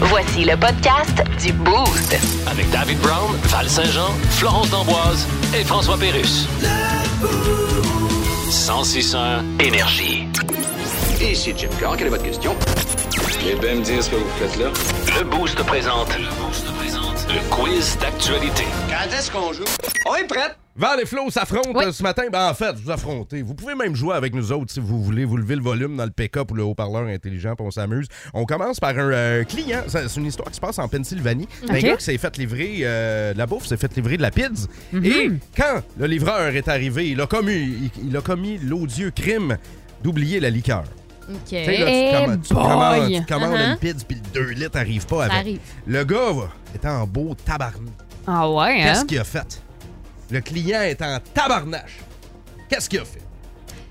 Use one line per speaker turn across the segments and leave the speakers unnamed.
Voici le podcast du Boost.
Avec David Brown, Val Saint-Jean, Florence D'Amboise et François Pérus. 1061 Énergie.
Ici Jim Carr, quelle est votre question?
Et bien me dire ce que vous faites là.
Le Boost présente. Le Boost présente. Le quiz d'actualité.
Quand est-ce qu'on joue? On est prête!
Val et Flo s'affrontent
Oui.
euh, ce matin. Ben, en fait, vous affrontez. Vous pouvez même jouer avec nous autres si vous voulez. Vous levez le volume dans le pick-up ou le haut-parleur intelligent, puis on s'amuse. On commence par un euh, client. Ça, C'est une histoire qui se passe en Pennsylvanie. Un
Ok.
gars qui s'est fait livrer euh, de la bouffe, s'est fait livrer de la pizza. Et quand le livreur est arrivé, il a commis, il, il a commis l'odieux crime d'oublier la liqueur.
OK.
Tu sais, là, tu
Eh
commandes- tu
boy!
commandes, tu commandes
Uh-huh.
une pizza, puis le 2 litres n'arrive pas
Ça
avec.
arrive.
Le gars va- était en beau tabarnak.
Ah ouais, hein?
Qu'est-ce qu'il a fait? Le client est en tabarnache. Qu'est-ce qu'il a fait?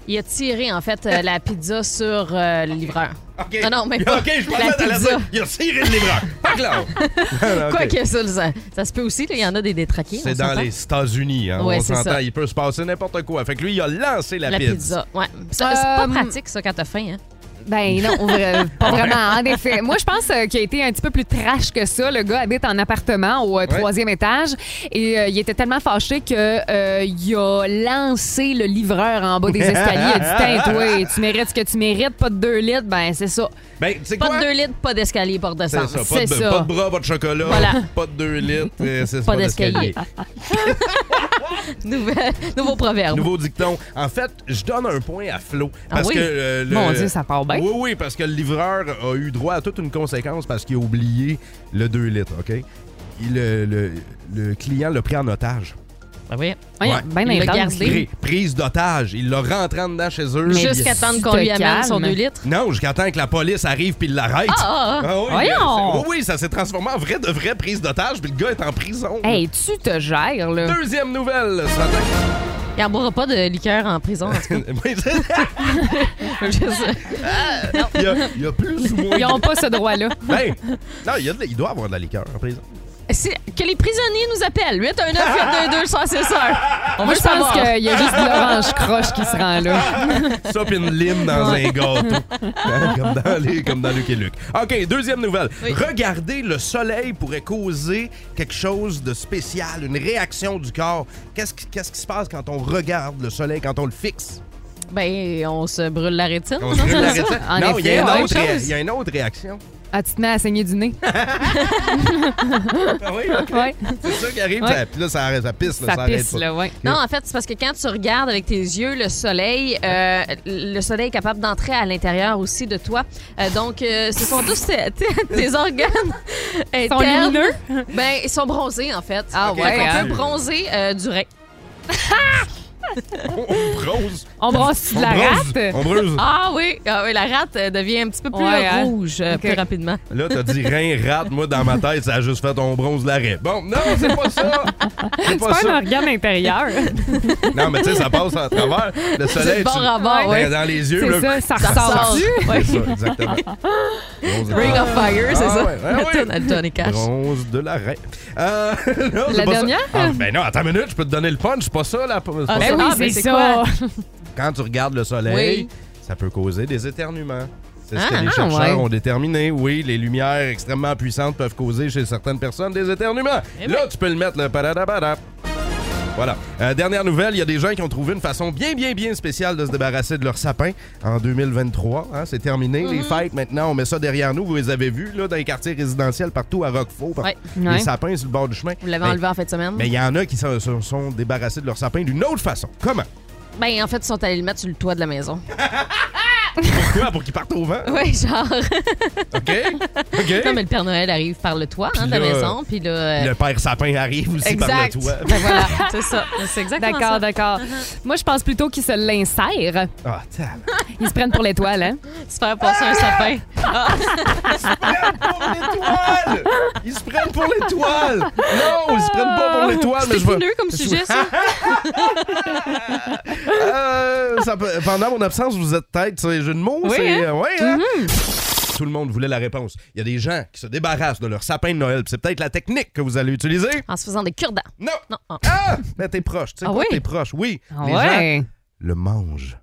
Il a tiré, en fait, euh, la pizza sur euh, le livreur.
OK.
Non, non, mais
OK,
pas
je
la
pensais à
pizza.
dire. Il a tiré le livreur. Pas clair. Non, non, OK.
Quoi que ça, ça, ça se peut aussi, là, il y en a des détraqués. on
C'est dans
s'entend.
les États-Unis. Hein,
Ouais,
on
c'est
s'entend.
ça.
Il peut se passer n'importe quoi. Fait que lui, il a lancé la,
La
pizza.
pizza, ouais. Ça, C'est pas
Euh,
pratique, ça, quand t'as faim, hein?
Ben non, vra- pas vraiment, en effet. Moi, je pense euh, qu'il a été un petit peu plus trash que ça. Le gars habite en appartement au euh, troisième étage et euh, il était tellement fâché que euh, il a lancé le livreur en bas des escaliers. Il a dit Tiens, toi, tu mérites ce que tu mérites, pas de deux litres. Ben, c'est ça.
Ben, tu sais
Pas
quoi?
de 2 litres, pas d'escalier, pas de
C'est
sens.
ça. Pas
C'est
de,
ça.
pas de bras, pas de chocolat.
Voilà.
Pas de 2 litres. euh, c'est
Pas d'escalier. Nouvelle- nouveau
Ah
proverbe.
Nouveau dicton. En fait, je donne un point à Flo.
Ah
Parce
oui?
que, euh, le-
Mon Dieu, ça part bien.
Oui, oui, parce que le livreur a eu droit à toute une conséquence parce qu'il a oublié le 2 litres, OK? Il, euh, le, le client l'a pris en otage.
Ben oui.
Voyons,
Ouais.
ben
Il l'a
intense.
gardé.
Pri- prise d'otage. Il l'a rentré en dedans chez eux.
Mais-
Jusqu'à
si
temps qu'on lui
te
amène son
calmes.
2 litres.
Non, jusqu'à temps que la police arrive puis l'arrête.
Ah, ah, ah.
oui,
Voyons!
euh, c'est- oui, oui, ça s'est transformé en vraie de vraie prise d'otage, puis le gars est en prison.
Hey, tu te gères, là.
Deuxième nouvelle ce matin.
Il n'en boira pas de liqueur en
Ah,
prison, en tout
Oui, c'est-
cas. Je sais.
il, y a, il y a plus ou moins.
Ils n'ont pas ce droit-là.
Ben, non, il, y a de la- il doit avoir de la liqueur en prison.
C'est- Que les prisonniers nous appellent. 819 222 161 On
Moi,
veut
je pense
savoir.
qu'il y a juste de l'orange croche qui se rend là.
Ça, puis une lime dans un gâteau. Hein, comme, dans les, comme dans Luc et Luke. OK, deuxième nouvelle. Regarder le soleil pourrait causer quelque chose de spécial, une réaction du corps. Qu'est-ce qui, qu'est-ce qui se passe quand on regarde le soleil, quand on le fixe?
Ben, on se brûle la rétine.
On se brûle la rétine.
En
Non, il y, a
effet,
une
ouais.
autre ré- il y a une autre réaction.
Ah, tu te mets à saigner du nez.
Ah oui?
Ouais.
C'est ça qui arrive.
Ouais.
ça- Puis là, ça, arrête- ça pisse. Là, ça
Ça
arrête
pisse,
pas.
là, ouais.
Non, en fait, c'est parce que quand tu regardes avec tes yeux le soleil, euh, le soleil est capable d'entrer à l'intérieur aussi de toi. Euh, donc, euh, ce sont tous tes, tes- tes organes
sont
internes.
lumineux.
Ben, ils sont bronzés, en fait.
Ah
Ok,
ouais,
On
hein.
peut bronzer euh, du rein.
On, on brose.
On brosse de la
on brose.
rate.
On brose.
Ah oui, ah oui, la rate euh, devient un petit peu plus
Ouais, hein.
rouge euh,
Ok.
plus rapidement.
Là, t'as dit rein, rate. Moi, dans ma tête, ça a juste fait on bronze l'arrêt. Bon, non, c'est pas ça. C'est
C'est
pas
pas Ben
ça.
un organe intérieur.
Non, mais tu sais, ça passe à travers le
C'est
soleil.
de bord
tu-
à bord,
dans,
ouais.
dans les yeux.
C'est
là,
ça, ça
Ça
ressort.
ressort. Ouais.
C'est ça, exactement. Bronze de
Ring
la-
of Fire, c'est
Ah
ça.
ouais, ah
La
ouais.
toune à Johnny Cash.
Bronze de l'arrêt. Euh, non, c'est
La
pas ça.
dernière?
Ah, ben non, attends une minute, je peux te donner le punch. C'est pas ça, là. c'est pas
Ah,
ça.
Ben
Ah,
oui,
mais
c'est
c'est
ça.
Quand tu regardes le soleil,
Oui.
ça peut causer des éternuements. C'est ce
Ah,
que les
ah,
chercheurs
ouais.
ont déterminé. Oui, les lumières extrêmement puissantes peuvent causer chez certaines personnes des éternuements.
Eh
Là, tu peux le mettre, le paradabada. Voilà. Euh, dernière nouvelle, il y a des gens qui ont trouvé une façon bien, bien, bien spéciale de se débarrasser de leur sapin en 2023. hein, c'est terminé.
Mm-hmm.
Les fêtes, maintenant, on met ça derrière nous. Vous les avez vus, là, dans les quartiers résidentiels, partout à Roquefort. par-
Ouais.
Les
Ouais.
sapins sur le bord du chemin.
Vous l'avez
Mais-
enlevé en fin de semaine?
Ben, Mais il y en a qui se sont, sont débarrassés de leur sapin d'une autre façon. Comment?
Ben, en fait, ils sont allés le mettre sur le toit de la maison.
Quoi? Pour qu'ils partent au vent?
Oui, genre.
OK? OK?
Non, mais le Père Noël arrive par le toit hein, de la
là,
maison, puis là. euh,
Le père sapin arrive aussi par le
Exact.
toit.
Ben voilà, c'est ça. C'est exactement
D'accord,
ça. Uh-huh.
d'accord. Moi, je pense plutôt qu'ils se l'insèrent.
Ah, tab.
Ils se prennent pour l'étoile, hein?
Se faire passer un sapin.
Pour l'étoile! Ils se prennent pour l'étoile! Non, ils se prennent pas pour l'étoile, mais
C'est
je vais...
fineux comme sujet, ça.
Euh, ça peut- Pendant mon absence, vous êtes peut-être sur les jeux de mots.
Oui,
c'est- ouais, hein?
Mm-hmm.
Tout le monde voulait la réponse. Il y a des gens qui se débarrassent de leur sapin de Noël. puis C'est peut-être la technique que vous allez utiliser.
En se faisant des cure-dents.
Non!
Non. ah.
Ah! Mais t'es proche. Tu sais
Ah
quoi?
oui? Ah
T'es proche. Oui. Les gens le mangent.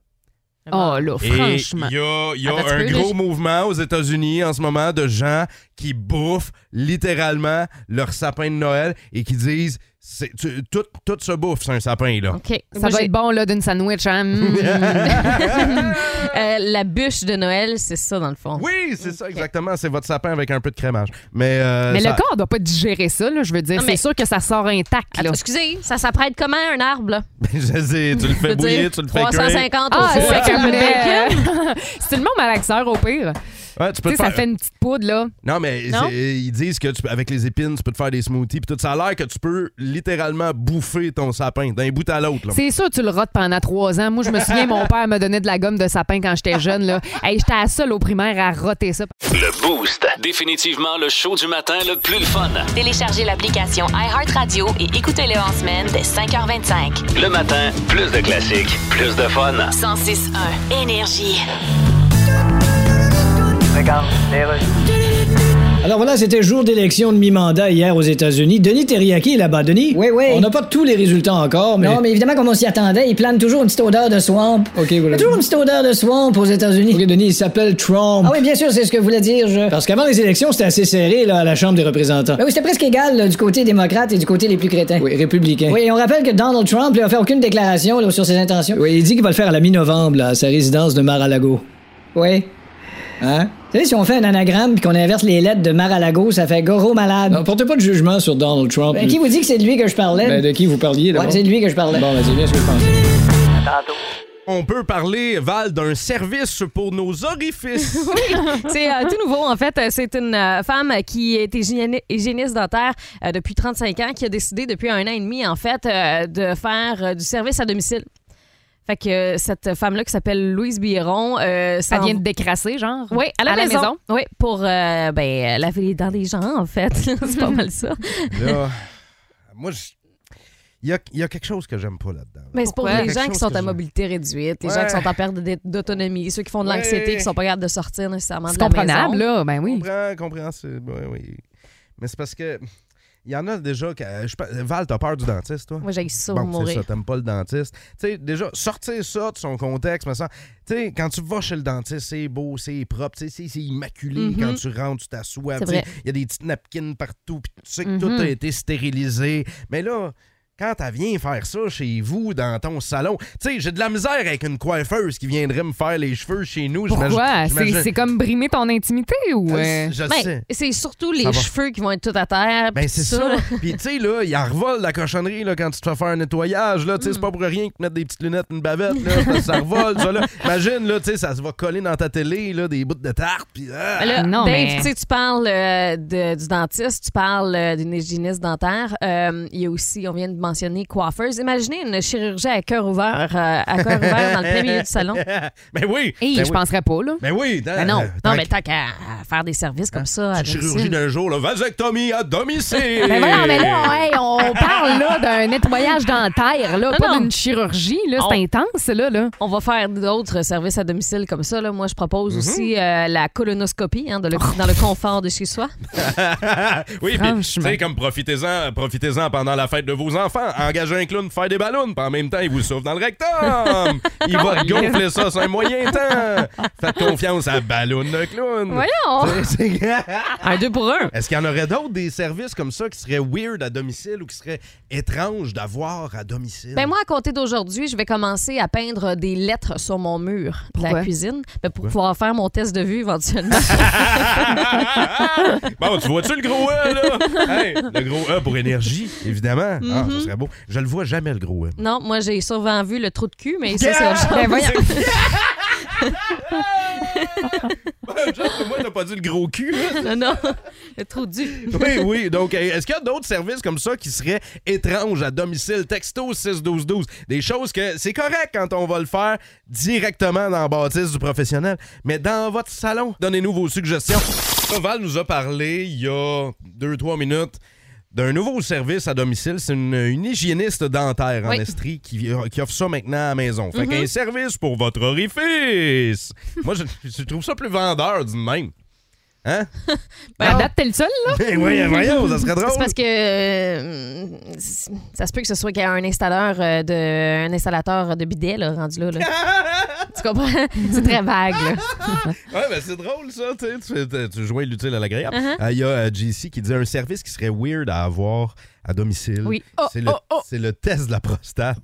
Oh là,
Et
franchement.
Il y a, il y a
Attends, tu
un
peux,
gros
là,
mouvement aux États-Unis en ce moment de gens qui bouffent littéralement leur sapin de Noël et qui disent c'est- tu- tout, tout se bouffe, c'est un sapin, là.
OK.
Ça
Moi,
va
j'ai-
être bon, là, d'une sandwich, hein? Mm.
euh, la bûche de Noël, c'est ça, dans le fond.
Oui, c'est ça, exactement. C'est votre sapin avec un peu de crémage. Mais, euh,
Mais
ça-
le corps doit pas digérer ça, là, je veux dire.
Non, mais-
C'est sûr que ça sort intact, là.
Attends, excusez, ça s'apprête comment un arbre, là?
Je sais, tu le
Je
fais
veux
Ben, bouillir,
dire,
tu le fais cuire.
350 au
Ah,
four avec
c'est
un peu
comme
de bacon.
le- C'est le monde malaxeur, au pire.
Ouais, tu peux
Tu sais,
te
ça
faire-
fait une petite poudre, là.
Non, mais
Non?
c'est- ils disent que tu peux- avec les épines, tu peux te faire des smoothies. Puis tout ça a l'air que tu peux littéralement bouffer ton sapin d'un bout à l'autre. là.
C'est sûr, tu le rotes pendant trois ans. Moi, je me souviens, mon père me donnait de la gomme de sapin quand j'étais jeune, là. Hey, j'étais la seule au primaire à roter ça.
Le Boost. Définitivement le show du matin le plus le fun.
Téléchargez l'application iHeartRadio et écoutez-le en semaine dès 5h25.
Le matin, plus de classiques, plus de fun.
106.1 Énergie.
Alors voilà, c'était jour d'élection de mi-mandat hier aux États-Unis. Denis Terriaki est là-bas, Denis.
Oui, oui.
On n'a pas tous les résultats encore, mais.
Non, mais évidemment, comme on s'y attendait, il plane toujours une petite odeur de swamp.
OK,
Il y
voilà.
a toujours une petite odeur de swamp aux États-Unis.
OK, Denis, il s'appelle Trump.
Ah oui, bien sûr, c'est ce que voulait dire je.
Parce qu'avant les élections, c'était assez serré, là, à la Chambre des représentants.
Ben oui, c'était presque égal là, du côté démocrate et du côté les plus crétins.
Oui, républicain.
Oui, on rappelle que Donald Trump n'a fait aucune déclaration là, sur ses intentions.
Oui, il dit qu'il va le faire à la mi-novembre, là, à sa résidence de Mar-a-Lago.
Oui.
Hein?
Vous savez, si on fait un anagramme puis qu'on inverse les lettres de Mar-a-Lago, ça fait Goro malade.
Non, portez pas de jugement sur Donald Trump.
Ben, qui vous dit que c'est de lui que je parlais?
Ben, de qui vous parliez, là?
Ouais, c'est de lui que je parlais.
Bon, ben, c'est bien ce que je pense.
On peut parler, Val, d'un service pour nos orifices.
C'est euh, tout nouveau, en fait. Euh, C'est une euh, femme qui est hygiéni- hygiéniste dentaire euh, depuis 35 ans qui a décidé depuis un an et demi, en fait, euh, de faire euh, du service à domicile. Fait que euh, cette femme-là qui s'appelle Louise Biron, euh,
Ça
s'en-
vient de décrasser, genre.
oui, à la,
à la
maison.
maison.
Oui, pour euh, ben, euh, laver les dents des gens, en fait. C'est pas mal ça.
Là, moi, je- il y a, il y a quelque chose que j'aime pas là-dedans.
Mais c'est pour
Pourquoi?
les
Quelque
gens
chose
qui sont
que
à
je-
mobilité réduite, les
Ouais.
gens qui sont en perte d- d'autonomie, ceux qui font de
Ouais.
l'anxiété, qui sont pas capables de sortir nécessairement de
C'est
la maison.
comprenable, là. Ben oui.
Comprends, compréhensible. Oui, oui. Mais c'est parce que il y en a déjà. que- je pe- Val, t'as peur du dentiste, toi?
Moi, j'ai ça
Bon, c'est
mourir.
ça, t'aimes pas le dentiste. Tu sais, déjà, sortir ça de son contexte, me semble. Tu sais, quand tu vas chez le dentiste, c'est beau, c'est propre, tu sais, c'est- c'est immaculé.
Mhm.
Quand tu rentres, tu t'assois.
C'est
tu sais,
vrai.
Il y a des petites napkins partout, puis tu sais que
Mhm.
tout a été stérilisé. Mais là. Quand elle vient faire ça chez vous, dans ton salon, tu sais, j'ai de la misère avec une coiffeuse qui viendrait me faire les cheveux chez nous. j'imagine-
Pourquoi? C'est
j'imagine-
c'est comme brimer ton intimité ou. euh,
Je
Ben,
sais.
c'est surtout
Ça
les
va.
cheveux qui vont être tout à terre.
Ben,
pis
c'est
tout
ça. Puis, tu sais, là, il en revole la cochonnerie là, quand tu te fais faire un nettoyage. Là, Tu
Mm.
sais, c'est pas pour rien que tu mettes des petites lunettes, une bavette. Là, parce que ça revole, ça. Là. Imagine, là, tu sais, ça se va coller dans ta télé, là, des bouts de tarte. Puis, ah!
Ben là,
Non,
Dave,
mais-
tu sais, tu parles euh, de- du dentiste, tu parles euh, d'une hygiéniste dentaire. Euh, il y a aussi, on vient de mentionner coiffeuse. Imaginez une chirurgie à cœur ouvert, euh, à cœur ouvert dans le plein milieu du salon.
ben oui!
hey,
ben oui.
je penserais pas, là.
Ben oui!
Ben non,
tant
non, mais
que-
tant qu'à à faire des services comme ça. à
Petite chirurgie
domicile.
d'un jour, là, vasectomie à domicile!
Ben voilà, mais là, hey, on parle là d'un nettoyage dentaire, là,
Non,
pas
non.
d'une chirurgie, là. C'est
On-
intense, là, là.
On va faire d'autres services à domicile comme ça. Là. Moi, je propose
Mm-hmm.
aussi euh, la colonoscopie hein, dans, le,
Oh.
dans le confort de chez soi.
oui, puis, tu
Franchement.
sais, comme profitez-en, profitez-en pendant la fête de vos enfants. Engagez un clown pour faire des ballons, puis en même temps, il vous souffle dans le rectum. il va gonfler ça sur un moyen temps. Faites confiance à Ballon le clown.
Voyons!
Tu sais, c'est-
Un deux pour un.
Est-ce qu'il y en aurait d'autres des services comme ça qui seraient weird à domicile ou qui seraient étranges d'avoir à domicile?
Ben moi, à compter d'aujourd'hui, je vais commencer à peindre des lettres sur mon mur de
Pourquoi?
la cuisine Ben, pour pouvoir faire mon test de vue éventuellement.
bon, tu vois-tu le gros E, là? Hey, le gros E pour énergie, évidemment. Ah,
Mm-hmm.
ça serait beau. Je le vois jamais, le gros E.
non, moi, j'ai souvent vu le trou de cul, mais ça, c'est
Yeah!
autre chose.
Ben voyons.
Ouais, Genre, pour moi, t'as pas dit le gros cul. là.
Non, non, le trou du.
Oui, oui. Donc, euh, est-ce qu'il y a d'autres services comme ça qui seraient étranges à domicile? Texto 6-12-12. Des choses que c'est correct quand on va le faire directement dans la bâtisse du professionnel, mais dans votre salon, donnez-nous vos suggestions. Val nous a parlé il y a 2-3 minutes d'un nouveau service à domicile. C'est une, une hygiéniste dentaire en
Oui.
Estrie qui, qui offre ça maintenant à la maison. Fait qu'un service pour votre orifice. Moi, je, je trouve ça plus vendeur d'une même. Hein?
Ben, à date, t'es le seul, là?
Ben oui, voyons, ça serait drôle.
C'est parce que euh, c- ça se peut que ce soit qu'il y a un installeur euh, de un installateur de bidet là, rendu là. là. tu comprends? C'est très vague. là.
Ouais, ben c'est drôle ça, tu sais, tu fais- tu, tu joins l'utile à l'agréable. Euh,
Uh-huh.
Il y a euh, JC qui dit un service qui serait weird à avoir à domicile.
Oui. Oh,
c'est le, c'est le test de la prostate.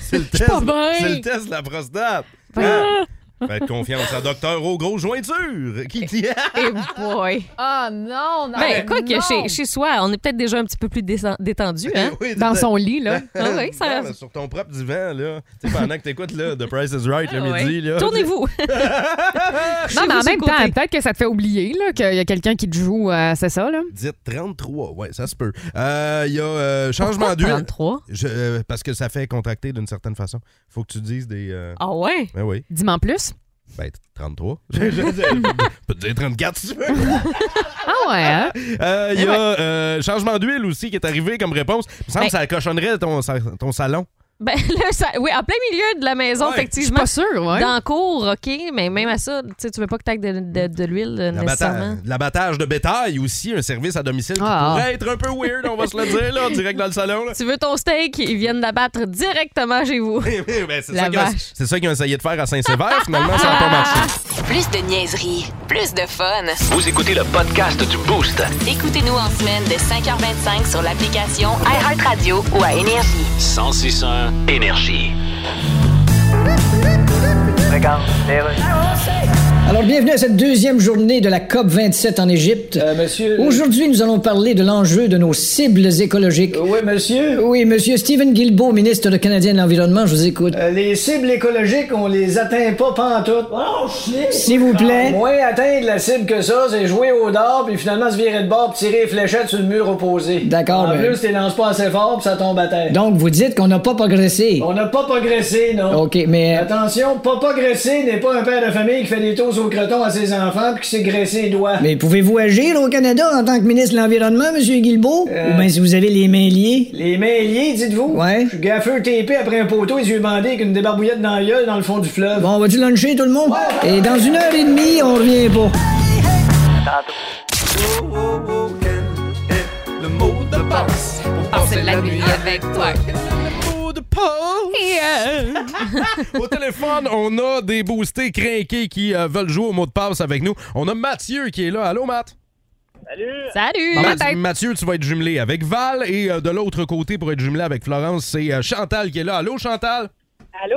C'est le test.
pas bien.
C'est le test de la prostate.
Ah!
Hein? Faites confiance à docteur aux grosses jointures qui dit
Et boy.
Ah non, non.
Ben, quoi que
non.
chez, chez soi, on est peut-être déjà un petit peu plus décen- détendu,
ben
hein?
Oui,
Dans son lit,
Ben,
là.
Ah oui, ça-
Non, mais sur ton propre divan, là. Tu sais, pendant que t'écoutes, là, The Price is Right, le
Ah,
midi, là.
Tournez-vous.
Non, mais en
Couchez-vous
même
sur le
temps,
côté.
peut-être que ça te fait oublier là, qu'il y a quelqu'un qui te joue, euh, c'est ça, là?
Dites 33, ouais, ça se peut. Euh, Il y a euh, changement
Pourquoi
d'huile.
33?
Je- euh, parce que ça fait contracter d'une certaine façon. Faut que tu dises des. euh,
Ah ouais?
Ben oui.
Dis-m'en plus.
Ben, t- 33. Je- je- je- Peut-être dire 34 si tu veux.
Ah ouais, hein?
Euh, Il y a euh, changement d'huile aussi qui est arrivé comme réponse. Il me semble
Eh Ben-
que ça cochonnerait ton, sa- ton salon.
Ben là, ça, oui, en plein milieu de la maison,
Ouais,
effectivement.
Pas sûr, ouais.
Dans le cours, OK, mais même à ça, tu sais, tu veux pas que t'aies de, de, de l'huile euh, nécessairement.
L'abata- L'abattage de bétail aussi, un service à domicile qui
Ah.
pourrait être un peu weird, on va se le dire, là, direct dans le salon. là.
Tu veux ton steak, ils viennent l'abattre directement chez vous.
Ben, c'est
La
ça qu'ils ont-
vache.
c'est ça qu'ils ont essayé de faire à Saint-Sévère. Finalement, ça n'a pas marché.
Plus de niaiserie, plus de fun.
Vous écoutez le podcast du Boost.
Écoutez-nous en semaine de 5h25 sur l'application iHeartRadio ou à Énergie.
1061 Énergie.
Alors, bienvenue à cette deuxième journée de la COP 27 en Égypte.
Euh,
monsieur.
Aujourd'hui, nous allons parler de l'enjeu de nos cibles
Euh,
écologiques.
Oui, monsieur.
Oui, monsieur Stephen Guilbeault, ministre de Canadien de l'Environnement, je vous écoute.
Euh, les cibles écologiques, on les atteint pas pantoute. Oh, shit!
S'il vous plaît.
Ah,
moins atteindre la cible que ça, c'est jouer au dard, puis finalement se virer de bord, puis tirer les fléchettes sur le mur opposé.
D'accord, ben-
En
mais-
plus, tu les lances pas assez fort, puis ça tombe à terre.
Donc, vous dites qu'on n'a pas progressé.
On n'a pas progressé, non.
OK, mais... euh,
Attention, pas progressé n'est pas un père de famille qui fait des tours au croton à ses enfants puis qui s'est graissé les doigts.
Mais pouvez-vous agir au Canada en tant que ministre de l'Environnement, monsieur Guilbeault? Ou bien si vous avez les mains liées?
Les mains liées, dites-vous?
Ouais.
Je suis gaffeux TP après un poteau et yeux bandés avec une débarbouillette dans la gueule dans le fond du fleuve.
Bon, on va-tu luncher, tout le monde? Et dans une heure et demie, on revient pas.
la nuit avec toi.
Au téléphone, on a des boostés crinqués qui euh, veulent jouer au mot de passe avec nous. On a Mathieu qui est là. Allô, Matt?
Salut!
Math- Mathieu, tu vas être jumelé avec Val et euh, de l'autre côté, pour être jumelé avec Florence, c'est euh, Chantal qui est là. Allô, Chantal?
ben,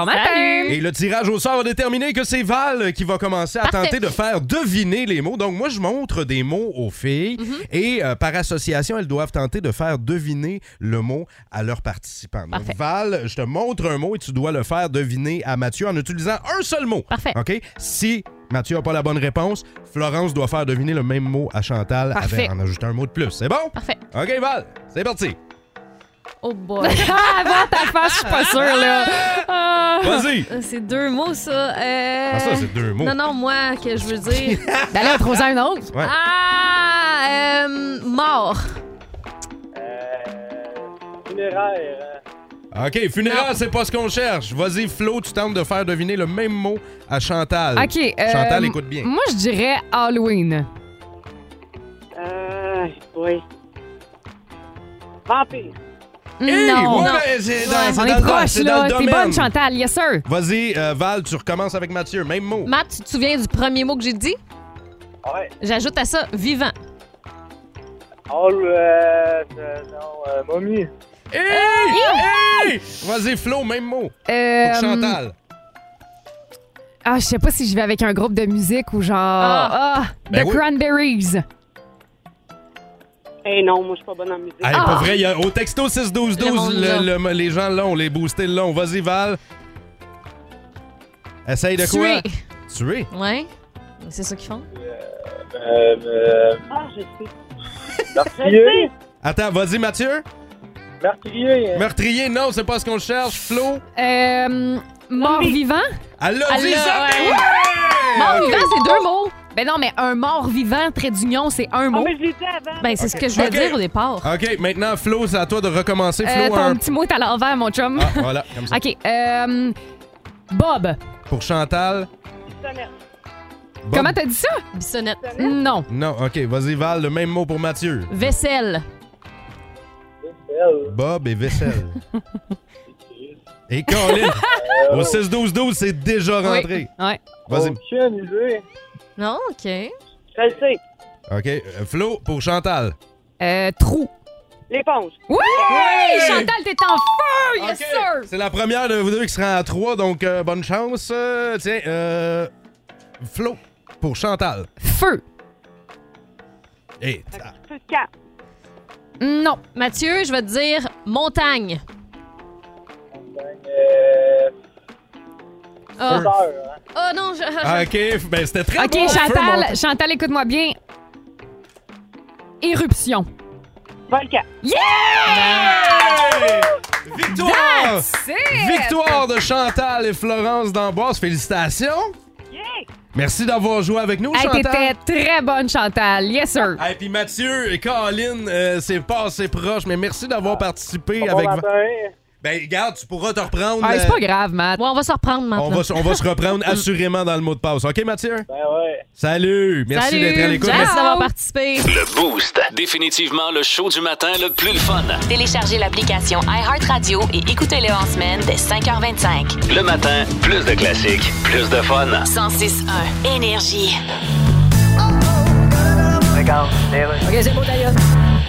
Bon matin!
Et le tirage au sort a déterminé que c'est Val qui va commencer à
Parfait.
tenter de faire deviner les mots. Donc, moi, je montre des mots aux filles
Mhm.
et euh, par association, elles doivent tenter de faire deviner le mot à leurs participants. Donc,
Parfait.
Val, je te montre un mot et tu dois le faire deviner à Mathieu en utilisant un seul mot.
Parfait.
OK? Si Mathieu n'a pas la bonne réponse, Florence doit faire deviner le même mot à Chantal
Parfait.
avec- en ajoutant un mot de plus. C'est bon?
Parfait.
OK, Val, c'est parti.
Oh boy!
Ah, avant ta face, je suis pas sûre, là. Ah.
Vas-y.
c'est deux mots, ça. Euh,
Ah, ça, c'est deux mots.
Non, non, moi, que je veux dire.
D'aller en trouver un autre.
Ouais.
Ah! euh, mort!
OK, funéraire, c'est pas ce qu'on cherche. Vas-y, Flo, tu tentes de faire deviner le même mot à Chantal.
OK. euh,
Chantal, écoute bien.
Moi, je dirais Halloween.
Hey,
non!
ouais,
non.
ben, c'est dans- c'est
On
dans
est
le domaine,
proche,
c'est dans
là.
le
T'es
domaine.
bonne, Chantal. Yes, sir.
Vas-y, euh, Val, tu recommences avec Mathieu. Même mot.
Matt, tu te souviens du premier mot que j'ai dit?
Ouais.
J'ajoute à ça vivant.
Oh, euh, non, momie.
Hey! Hey! Vas-y, Flo, même mot.
Euh,
Pour Chantal.
Ah, je sais pas si je vais avec un groupe de musique ou genre.
Ah.
Ah,
Ben
The
oui.
Cranberries.
Eh non, moi, je suis pas bonne en musique.
ah!
Hey, Pas vrai, il y a- au texto 6-12-12,
Le monde
le- le- les gens l'ont, les boostés l'ont. Vas-y, Val. Essaye de quoi?
Tuer.
Tuer.
Ouais. C'est ça qu'ils font.
Ah, je sais. Je sais.
Attends, vas-y, Mathieu.
Meurtrier.
Meurtrier, non, c'est pas ce qu'on cherche. Flo,
Euh, mort vivant?
elle l'a
Elle
dit
l'a,
ça.
ouais.
Ouais!
Ah
Mort
Ok.
vivant, c'est deux mots. Ben non, mais un mort vivant, trait d'union, c'est un
Ah,
mot.
mais je l'ai dit avant.
Ben, c'est ce que je voulais
Ok.
dire au départ.
OK, maintenant, Flo, c'est à toi de recommencer.
Euh,
Ah, Flo,
ton
un...
petit mot est à l'envers, mon chum.
Ah, voilà, comme ça.
OK. euh, Bob.
Pour Chantal,
Donnel.
Bob-
Comment t'as dit ça?
Bissonnette.
Non.
Non, OK, vas-y, Val, le même mot pour Mathieu.
Vaisselle.
Bob et vaisselle. et Colin,
Euh,
au 6-12-12, c'est déjà rentré.
Ouais.
Vas-y.
Oh,
Chien, musée.
Non, OK.
Je le sais.
OK, euh, Flo pour Chantal.
Euh, trou.
L'éponge.
Oui! Chantal, t'es en feu! Yes,
Ok.
sir!
C'est la première de vous deux qui sera à 3, donc euh, bonne chance. Euh, tiens, euh, Flo pour Chantal.
Feu.
Et ah,
Feu de camp.
Non.
Mathieu, je vais te dire montagne. Ah. Ah non, je.
OK, ben c'était très
OK,
bon. Feu,
Chantal, Chantal, écoute-moi bien. Éruption.
Volcan.
mon- Victoire!
C'est...
Victoire de Chantal et Florence d'Amboise. Félicitations! Merci d'avoir joué avec nous,
Hey,
Chantal.
t'étais très bonne, Chantal. Yes, sir.
Ah,
Et puis Mathieu et Caroline, euh, c'est pas assez proche, mais merci d'avoir participé
Ah. Bon
avec.
matin.
Ben, regarde, tu pourras te reprendre.
Ah, c'est
euh,
pas Mm. grave, Matt.
Ouais, on va se reprendre maintenant.
on, va, se- on va se reprendre assurément dans le mot de passe. OK, Mathieu?
Ben ouais.
Salut! Merci
Salut.
d'être à l'écoute.
Merci
Merci-
d'avoir participé.
Le Boost. Définitivement le show du matin le plus le fun.
Téléchargez l'application iHeartRadio et écoutez-le en semaine dès 5h25.
Le matin, plus de classiques, plus de fun.
106.1 Énergie.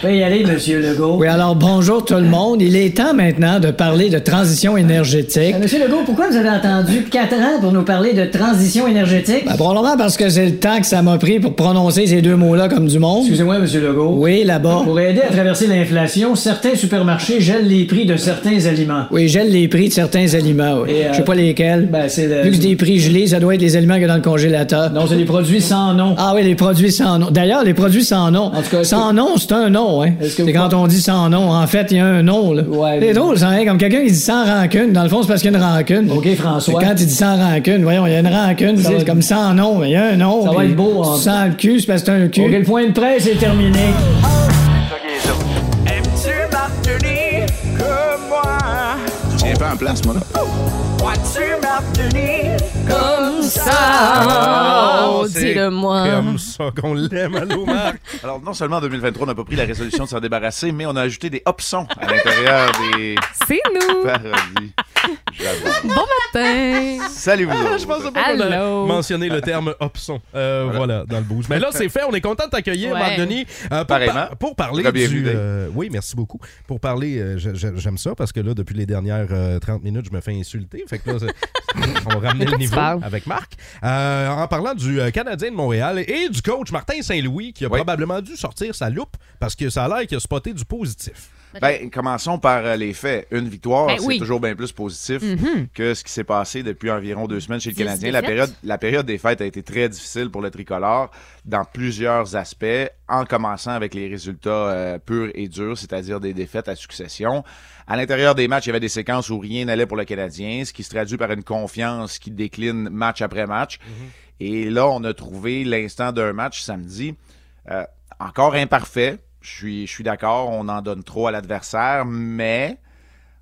y aller, Monsieur Legault. Oui, alors bonjour tout le monde. Il est temps maintenant de parler de transition énergétique. Monsieur Legault, pourquoi vous avez attendu quatre ans pour nous parler de transition énergétique? Ben, probablement parce que c'est le temps que ça m'a pris pour prononcer ces deux mots-là comme du monde.
Excusez-moi, Monsieur Legault.
Oui, là-bas.
Pour aider à traverser l'inflation, certains supermarchés gèlent les prix de certains aliments.
Oui, gèle les prix de certains aliments. oui.
Et, euh,
Je sais pas lesquels.
Ben, c'est le-
Vu que c'est des prix gelés, ça doit être les aliments qu'il y a dans le congélateur.
Non, c'est des produits sans nom.
Ah oui, les produits sans nom. D'ailleurs, les produits sans nom.
En tout cas, est-ce
sans nom, c'est un nom, hein.
Est-ce que vous
C'est quand on dit sans nom, en fait, il y a un nom, là.
Ouais,
c'est
mais-
drôle, ça, hein. Comme quelqu'un qui dit sans rancune, dans le fond, c'est parce qu'il y a une rancune.
OK, François.
Mais Quand il dit sans rancune, voyons, il y a une rancune,
Ça va
c'est
être-
comme sans nom, mais il y a un nom.
Ça va
puis
être beau, en-
tu sens le cul, c'est parce que c'est un cul.
OK, le point de presse est terminé.
Tiens pas en place, moi, là.
Comme ça,
Oh, c'est
dis-le-moi.
Comme ça qu'on l'aime, allô, Marc?
Alors, non seulement en 2023, on n'a pas pris la résolution de s'en débarrasser, mais on a ajouté des options à l'intérieur des
C'est nous.
parodies. J'avoue.
Bon matin.
Salut, vous autres.
Ah, Je pensais pas qu'on allait
Allô.
mentionner le terme option. Euh, voilà. dans le boost. Mais là, c'est fait. On est content de t'accueillir,
Ouais.
Marc-Denis. euh, pour,
Pareillement.
par- pour parler
Très bienvenue,
du.
Dave.
euh, oui, merci beaucoup. Pour parler, euh, je- je- j'aime ça parce que là, depuis les dernières euh, 30 minutes, je me fais insulter. Fait que là, c'est- on va ramener le
tu
niveau
parles?
avec Marc. Euh, en parlant du euh, Canadien de Montréal et du coach Martin Saint-Louis qui a
Oui.
probablement dû sortir sa loupe parce que ça a l'air qu'il a spoté du positif.
Ben, commençons par euh, les faits. Une victoire,
Ben
c'est
oui.
toujours bien plus positif que ce qui s'est passé depuis environ deux semaines chez le
Dix
Canadien. La
défaites.
période, la période des fêtes a été très difficile pour le tricolore dans plusieurs aspects, en commençant avec les résultats euh, purs et durs, c'est-à-dire des défaites à succession. À l'intérieur des matchs, il y avait des séquences où rien n'allait pour le Canadien, ce qui se traduit par une confiance qui décline match après match. Et là, on a trouvé l'instant d'un match samedi. Euh, encore imparfait. Je suis, je suis d'accord, on en donne trop à l'adversaire, mais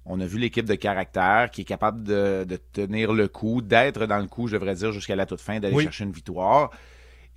on a vu l'équipe de caractère qui est capable de, de tenir le coup, d'être dans le coup, je devrais dire, jusqu'à la toute fin, d'aller
Oui.
chercher une victoire.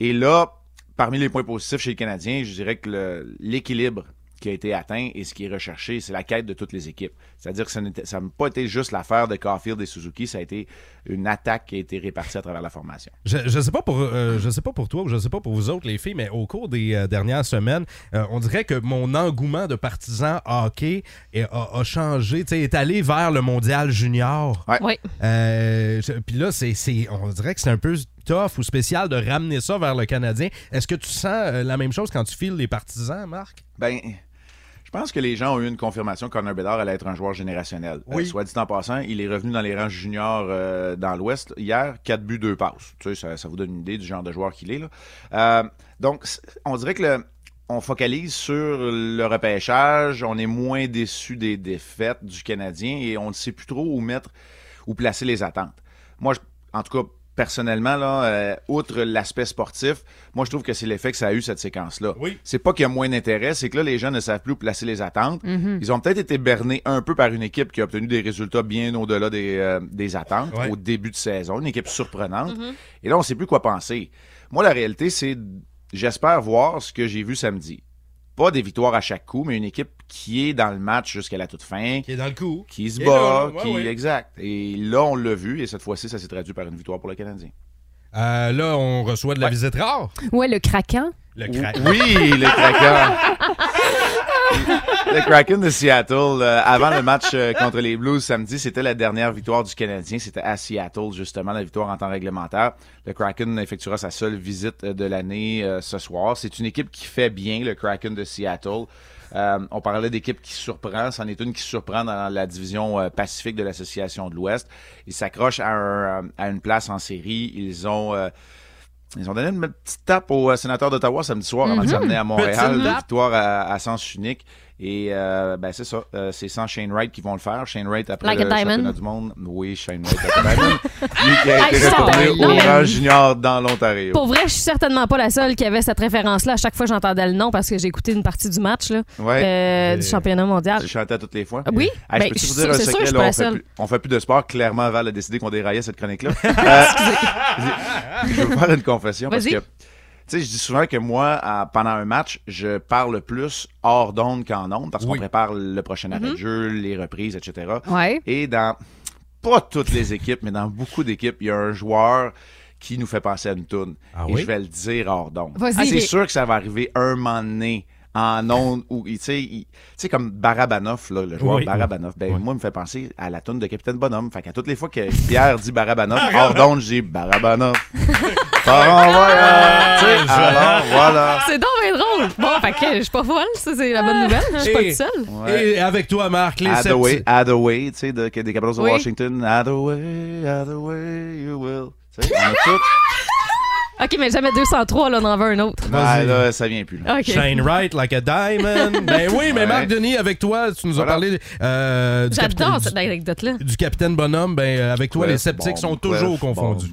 Et là, parmi les points positifs chez les Canadiens, je dirais que le- l'équilibre qui a été atteint et ce qui est recherché, c'est la quête de toutes les équipes. C'est-à-dire que ce n'était- ça n'a pas été juste l'affaire de Caulfield et Suzuki, ça a été une attaque qui a été répartie à travers la formation.
Je, je sais pas pour euh, je sais pas pour toi ou je sais pas pour vous autres les filles mais au cours des euh, dernières semaines euh, on dirait que mon engouement de partisan hockey est- a, a changé tu sais, est allé vers le mondial junior
Ouais.
Oui.
Euh, je- puis là c'est c'est- on dirait que c'est un peu tough ou spécial de ramener ça vers le canadien est-ce que tu sens euh, la même chose quand tu files les partisans Marc
Ben, je pense que les gens ont eu une confirmation qu'Honor Bédard allait être un joueur générationnel.
Oui.
Euh, soit dit en passant, il est revenu dans les rangs juniors euh, dans l'Ouest hier, 4 buts, 2 passes. Tu sais, ça, ça vous donne une idée du genre de joueur qu'il est. Là. Euh, donc, c- on dirait que le- on focalise sur le repêchage, on est moins déçu des défaites du Canadien et on ne sait plus trop où mettre, où placer les attentes. Moi, je- en tout cas, personnellement, là, euh, outre l'aspect sportif, moi, je trouve que c'est l'effet que ça a eu cette séquence-là.
Oui.
C'est pas qu'il y a moins d'intérêt, c'est que là, les gens ne savent plus où placer les attentes. Ils ont peut-être été bernés un peu par une équipe qui a obtenu des résultats bien au-delà des, euh, des attentes
Ouais.
au début de saison, une équipe surprenante. Et là, on ne sait plus quoi penser. Moi, la réalité, c'est j'espère voir ce que j'ai vu samedi. Pas des victoires à chaque coup, mais une équipe qui est dans le match jusqu'à la toute fin. Qui
est dans le coup.
Qui se
Qui est
bat,
là, ouais,
qui.
ouais.
Exact. Et là, on l'a vu, et cette fois-ci, ça s'est traduit par une victoire pour le Canadien.
Euh, là, on reçoit de la visite rare.
Ouais, le craquant.
Le
Oui, le Kraken. Le Kraken de Seattle, euh, avant le match euh, contre les Blues samedi, c'était la dernière victoire du Canadien. C'était à Seattle, justement, la victoire en temps réglementaire. Le Kraken effectuera sa seule visite euh, de l'année euh, ce soir. C'est une équipe qui fait bien, le Kraken de Seattle. Euh, on parlait d'équipe qui surprend. C'en est une qui surprend dans la division euh, pacifique de l'Association de l'Ouest. Ils s'accrochent à, un, à une place en série. Ils ont... euh, ils ont donné une petite tape au euh, sénateur d'Ottawa samedi soir avant de
Mhm.
s'amener à Montréal.
Petite
Une
tape.
victoire à, à sens unique. Et euh, ben c'est ça, euh, c'est sans Shane Wright qui vont le faire. Shane Wright après
Like
le
a diamond.
championnat du monde. Oui, Shane Wright après diamond. Lui qui a
Ah,
été
ils sont
retourné
bons. Non,
au
mais-
rang junior dans l'Ontario.
Pour vrai, je suis certainement pas la seule qui avait cette référence-là. À chaque fois, j'entendais le nom parce que j'ai écouté une partie du match là,
Ouais.
euh,
Et-
du championnat mondial.
J'ai chanté à toutes les fois.
Ah oui?
Ah, je
Ben,
peux-tu
je
vous
suis
dire
sûre-
un
c'est sûr,
secret?
je suis
là,
pas
on,
la
fait
seule.
plus, on fait plus de sport. Clairement, Val a décidé qu'on déraillait cette chronique-là. Euh, je vais vous faire une confession parce
Vas-y.
que, tu sais, je dis souvent que moi, à- pendant un match, je parle plus hors d'onde qu'en onde parce qu'on
Oui.
prépare le prochain arrêt
Mm-hmm.
de
Mhm.
jeu, les reprises, etc.
Ouais.
Et dans, pas toutes les équipes, mais dans beaucoup d'équipes, il y a un joueur qui nous fait penser à une toune. Et
oui?
je vais le dire hors d'onde.
Vas-y.
Ah, C'est
Ok.
sûr que ça va arriver un moment donné en ondes où, tu sais, il- tu sais, comme Barabanov, là, le joueur
Oui.
Barabanov, ben, moi, il me fait penser à la toune de Capitaine Bonhomme. Fait qu'à toutes les fois que Pierre dit Barabanov, hors d'onde, j'ai Barabanov. Par en voyage. Tu sais, alors, voilà.
C'est donc bien drôle.
Ah.
Bon, fait que je suis pas folle, ça c'est la bonne nouvelle. hein. Je suis pas
Et-
toute seule.
Ouais.
Et avec toi, Marc, les
Hathaway,
sept-
Hathaway, tu sais, de- des Capitals de
Oui.
Washington. Hathaway, Hathaway, you will. Tu sais, on a tout.
Ok, mais jamais 203, là, on en veut un autre.
Ah, là, ça vient plus. là.
Ok.
Shine right like a diamond. ben oui, mais
Ouais.
Marc Denis, avec toi, tu nous as parlé euh, du,
J'adore
capitaine,
cette anecdote-là.
du- du capitaine Bonhomme. Ben, euh, avec toi,
Ouais,
les sceptiques
bon,
sont
ouais,
toujours
bon.
confondus.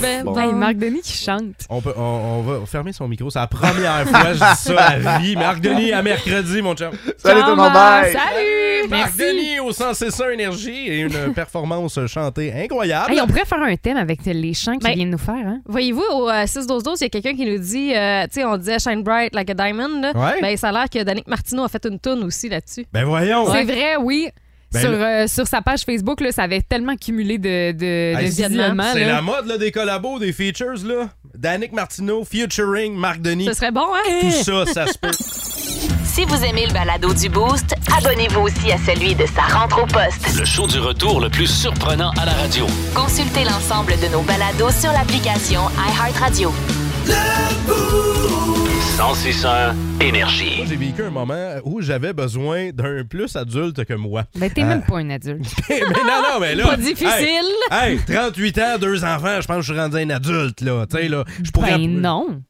Ben,
Bon.
Hey, Marc Denis qui chante.
On, peut, on, on va fermer son micro. C'est la première fois que je dis ça à la vie. Marc Denis, à mercredi, mon chum.
Salut tout le monde, Ciao, bye. Marc.
Salut! Marc
Merci.
Denis au 106.1 Énergie et une performance chantée incroyable.
Hey, on pourrait faire un thème avec les chants qu'il
Ben,
vient de nous faire. Hein?
Voyez-vous, au euh, 6-12-12, il y a quelqu'un qui nous dit, euh, tu sais, on disait Shine Bright like a diamond. là.
Ouais.
Ben, ça a l'air que Danick Martineau a fait une toune aussi là-dessus.
Ben voyons!
C'est vrai, oui.
Ben,
sur,
le-
euh, sur sa page Facebook, là, ça avait tellement cumulé de, de, de
Hey,
visionnements,
C'est
là.
la mode là, des collabos, des features. là. Danick Martineau, featuring Marc Denis.
Ce serait bon, hein?
Tout ça, ça se peut.
Si vous aimez le balado du Boost, abonnez-vous aussi à celui de sa rentre au poste.
Le show du retour le plus surprenant à la radio.
Consultez l'ensemble de nos balados sur l'application iHeartRadio.
1061 Énergie.
Moi, j'ai vécu un moment où j'avais besoin d'un plus adulte que moi.
Ben, t'es
Euh,
même pas un adulte.
mais non, non, mais là.
Pas difficile.
Hey, hey, 38 ans, deux enfants, je pense que je suis rendu un adulte, là. Tu sais, là. Je pourrais.
Ben non.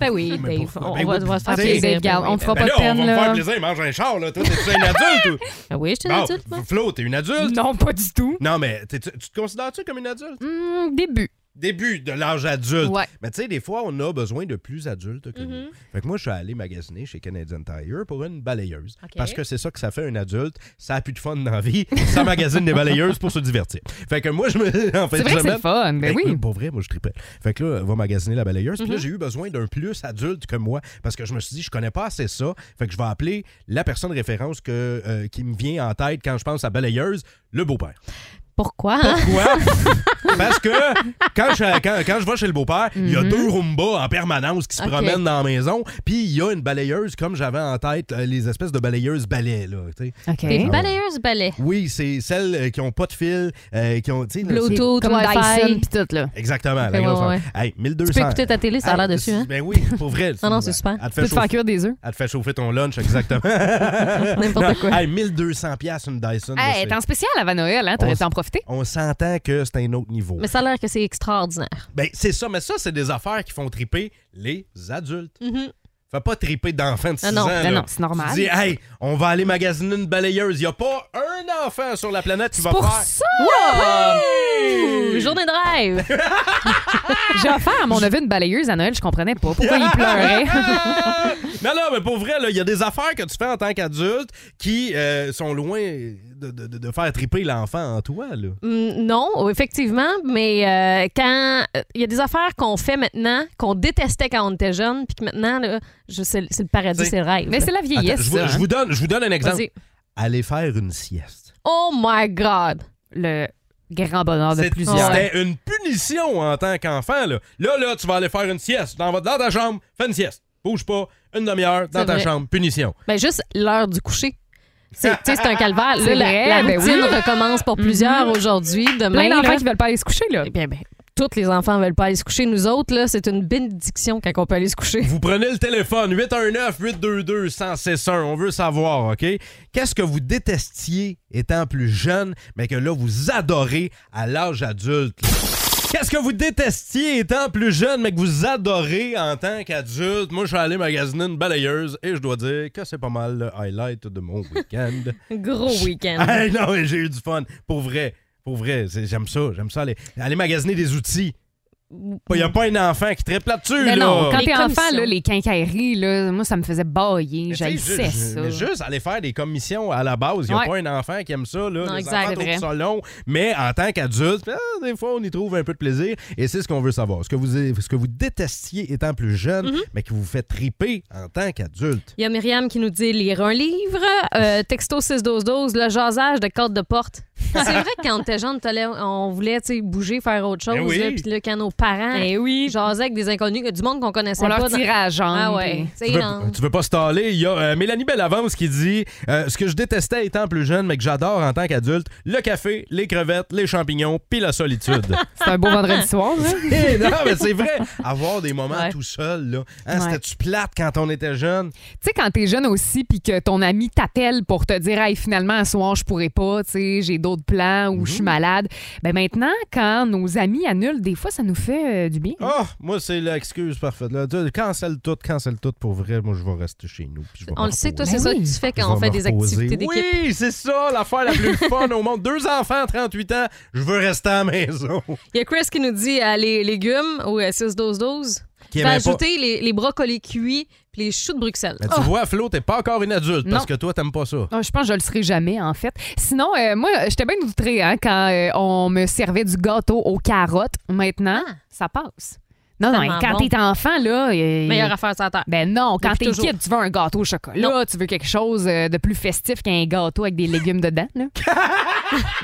Ben oui,
Mais
Dave,
pourquoi?
on,
Ben
on va,
oui,
on va se faire
t'sais,
plaisir.
ben
Regarde, on te fera
ben
pas de peine,
on va me faire
là.
plaisir, mange un char, là. Toi, t'es-tu un adulte ou.
Ben oui, je suis
Bon,
un adulte, moi.
Flo, t'es une adulte?
Non, pas du tout.
Non, mais t'es- tu tu te considères-tu comme une adulte?
Hmm, début.
Début de l'âge adulte.
Ouais.
Mais tu sais, des fois, on a besoin de plus adultes que
Mm-hmm.
nous. Fait que moi, je suis allé magasiner chez Canadian Tire pour une balayeuse.
Ok.
Parce que c'est ça que ça fait un adulte. Ça a plus de fun dans la vie. Ça magasine des balayeuses pour se divertir. Fait que moi, je me. En fait,
C'est vrai que c'est le fun, ben oui.
Pour vrai, moi, je tripais. Fait que là, va magasiner la balayeuse. Puis là,
Mhm.
j'ai eu besoin d'un plus adulte que moi. Parce que je me suis dit, je connais pas assez ça. Fait que je vais appeler la personne référence que, euh, qui me vient en tête quand je pense à balayeuse, le beau-père.
Pourquoi? hein?
Pourquoi? Parce que quand je, quand, quand je vais chez le beau-père, il
Mhm.
y a deux Roomba en permanence qui se
Ok.
promènent dans la maison, puis il y a une balayeuse comme j'avais en tête, euh, les espèces de balayeuses balais. Là, tu sais.
T'es
Ah,
balayeuse balai.
Oui, c'est celles euh, qui n'ont pas de fil, euh, qui ont. tu sais, là,
Bluetooth,
c'est-
Comme
Wi-Fi.
Dyson pis tout, là.
Exactement, la
Ouais,
grosse
ouais,
affaire. Hey, 1200.
Tu peux écouter ta télé, ça a l'air
Hey,
dessus, hein?
Ben oui, pour vrai.
Non, non, c'est super.
Elle te
Tu peux te faire
chauffer-
cuire des œufs.
Elle te fait chauffer ton lunch, exactement.
N'importe
Non,
quoi.
hey, 1200 pièces une Dyson. là,
Hey,
c'est-
t'es en spécial avant Noël, hein? T'aurais
On
t'en profiter.
on s'entend que c'est un autre niveau.
Mais ça a l'air que c'est extraordinaire.
Ben, c'est ça, mais ça, c'est des affaires qui font triper les adultes. Fais pas triper d'enfants de 6
Ah Mhm. non,
ans.
ben
là.
non, c'est normal.
Tu dis, hey, on va aller magasiner une balayeuse. Il a pas un enfant sur la planète qui va
Pour
faire.
ça!
Ouais!
Ouh, Journée de rêve!
J'ai offert à mon neveu une balayeuse à Noël, je comprenais pas pourquoi il pleurait.
Non, non, mais pour vrai, là, il y a des affaires que tu fais en tant qu'adulte qui euh, sont loin de, de- de- de faire triper l'enfant en toi. Là.
Mm, Non, effectivement, mais euh, quand euh, il y a des affaires qu'on fait maintenant, qu'on détestait quand on était jeune, puis que maintenant, là, je- c'est c'est le paradis, c'est le rêve. Mais c'est la
Attends, je,
hein.
vous, je vous donne, je vous donne un exemple.
hein. Vas-y.
Aller faire une sieste.
Oh my God! Le grand bonheur de
C'est-
plusieurs.
C'était une punition en tant qu'enfant. Là. là, là, tu vas aller faire une sieste. Dans, dans ta chambre, fais une sieste. Bouge pas, une demi-heure, dans
C'est
ta
vrai.
chambre, punition.
Ben, juste l'heure du coucher. C'est tu sais, c'est un calvaire. Là,
C'est
la,
vrai,
la
ben
routine
oui.
recommence pour plusieurs
Mhm.
aujourd'hui, demain.
Plein d'enfants Eh
là.
qui veulent pas aller se coucher, là.
bien, ben, tous les enfants veulent pas aller se coucher. Nous autres, là, c'est une bénédiction quand on peut aller se coucher.
Vous prenez le téléphone 819-822-1061. On veut savoir, OK? Qu'est-ce que vous détestiez étant plus jeune, mais que là, vous adorez à l'âge adulte? là? Qu'est-ce que vous détestiez étant plus jeune, mais que vous adorez en tant qu'adulte? Moi, je suis allé magasiner une balayeuse et je dois dire que c'est pas mal le highlight de mon week-end.
Gros week-end.
Hey, non, mais j'ai eu du fun. Pour vrai. Pour vrai. C'est- J'aime ça. J'aime ça. Aller, aller magasiner des outils. Il n'y a pas un enfant qui tripe là-dessus.
Mais
là.
non, quand t'es enfant, là, les quincailleries, là, moi, ça me faisait
Tu
bailler.
sais,
J'haïssais
ju-
ça.
mais juste aller faire des commissions à la base. Il n'y a
Ouais.
pas un enfant qui aime ça. Là, les
exact,
enfants
c'est
trouvent
vrai.
ça long. Mais en tant qu'adulte, ah, des fois, on y trouve un peu de plaisir. Et c'est ce qu'on veut savoir. Ce que, vous, ce que vous détestiez étant plus jeune,
Mm-hmm.
Mhm.
mais qui vous fait triper en tant qu'adulte.
Il y a Myriam qui nous dit lire un livre. Euh, texto 6-12-12, le jasage de corde de porte. C'est vrai que quand on était jeune, t'allais- on voulait tu sais, bouger, faire autre chose.
Ben oui.
là, Puis là, quand nos parents
Eh
jasaient avec des inconnus, du monde qu'on connaissait
On
pas.
leur
dans-
tirait à la jambe,
Ah ouais.
puis-
Tu sais,
Tu veux,
dans-
tu veux pas se taler. Il y a euh, Mélanie Bellavance qui dit euh, Ce que je détestais étant plus jeune, mais que j'adore en tant qu'adulte, le café, les crevettes, les champignons, puis la solitude.
C'est un beau vendredi soir, hein?
Eh, non, mais c'est vrai. Avoir des moments
Ouais.
tout seul, là. Hein,
Ouais.
C'était-tu plate quand on était jeune?
Tu sais, quand t'es jeune aussi, puis que ton ami t'appelle pour te dire, hey, finalement, à soir, je pourrais pas, tu sais, j'ai d'autres plans ou
Mhm.
je suis malade. Ben maintenant, quand nos amis annulent, des fois, ça nous fait euh, du bien.
Ah, moi, c'est l'excuse parfaite. Là. Tu- Cancelle tout, cancelle tout pour vrai. Moi, je vais rester chez nous. puis je vais
On
me
le sait, toi,
reposer.
c'est ça que tu fais
Je
quand on
vais
fait
me
des
reposer.
activités d'équipe.
Oui, c'est ça, l'affaire la plus fun au monde. Deux enfants, 38 ans, je veux rester à la maison.
Il y a Chris qui nous dit euh, les légumes ou euh, 6-12-12.
Qui
Je vais
aimait pas.
ajouter les, les brocolis cuits puis les choux de Bruxelles.
Mais Ben, tu
Oh.
vois, Flo, t'es pas encore une adulte parce
Non.
que toi, t'aimes pas ça.
Ah, je pense que je le serai jamais, en fait. Sinon, euh, moi, j'étais bien outrée hein, quand euh, on me servait du gâteau aux carottes. Maintenant, ça passe. Non, non,
Ah. Tellement
quand
bon.
t'es enfant, là. euh,
Meilleure affaire sur la terre.
Ben non, quand
Depuis
t'es
toujours.
kid, tu veux un gâteau au chocolat. Tu veux quelque chose euh, de plus festif qu'un gâteau avec des légumes dedans, là.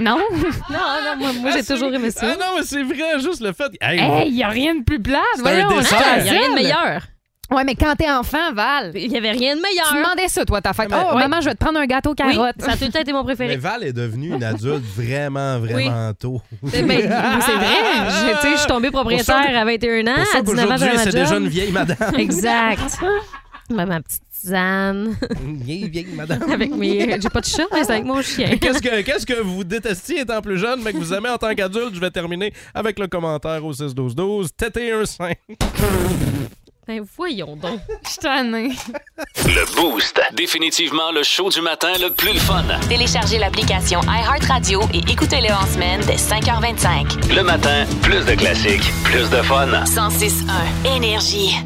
non?
Non, non, moi, moi, j'ai
Ah, c'est-
toujours aimé ça.
Ah non, mais c'est vrai, juste le fait. Hey,
Hey, y a rien de plus plate,
C'est un
voyons.
dessert.
hein,
Ah, Y a rien de
Gisèle.
meilleur.
Ouais, mais quand t'es enfant, Val.
Il y avait rien de meilleur.
Tu demandais ça, toi, ta fête.
Ouais,
Oh,
ouais.
maman, je vais te prendre un gâteau aux
Ah. Oui,
carottes.
ça a tout le temps été mon
Mais
préféré.
Val est devenue une adulte vraiment, vraiment tôt.
Ben, ben, c'est Ah, vrai. Je, tu sais, je suis tombée propriétaire à 21 ans.
Pour ça
à 19 ans,
qu'aujourd'hui,
j'avais
c'est
ma job.
déjà une vieille madame.
Exact. Ben, ma petite tisane.
Une vieille, vieille madame.
Avec mes. J'ai pas de chat, mais c'est avec mon chien.
Qu'est-ce que, qu'est-ce que vous détestiez étant plus jeune, mais que vous aimez en tant qu'adulte? Je vais terminer avec le commentaire au 6-12-12. Tété un 5.
Ben, voyons donc.
Je suis tannée.
Le Boost. Définitivement le show du matin le plus le fun.
Téléchargez l'application iHeartRadio et écoutez-le en semaine dès 5h25.
Le matin, plus de classiques, plus de fun.
106.1 Énergie.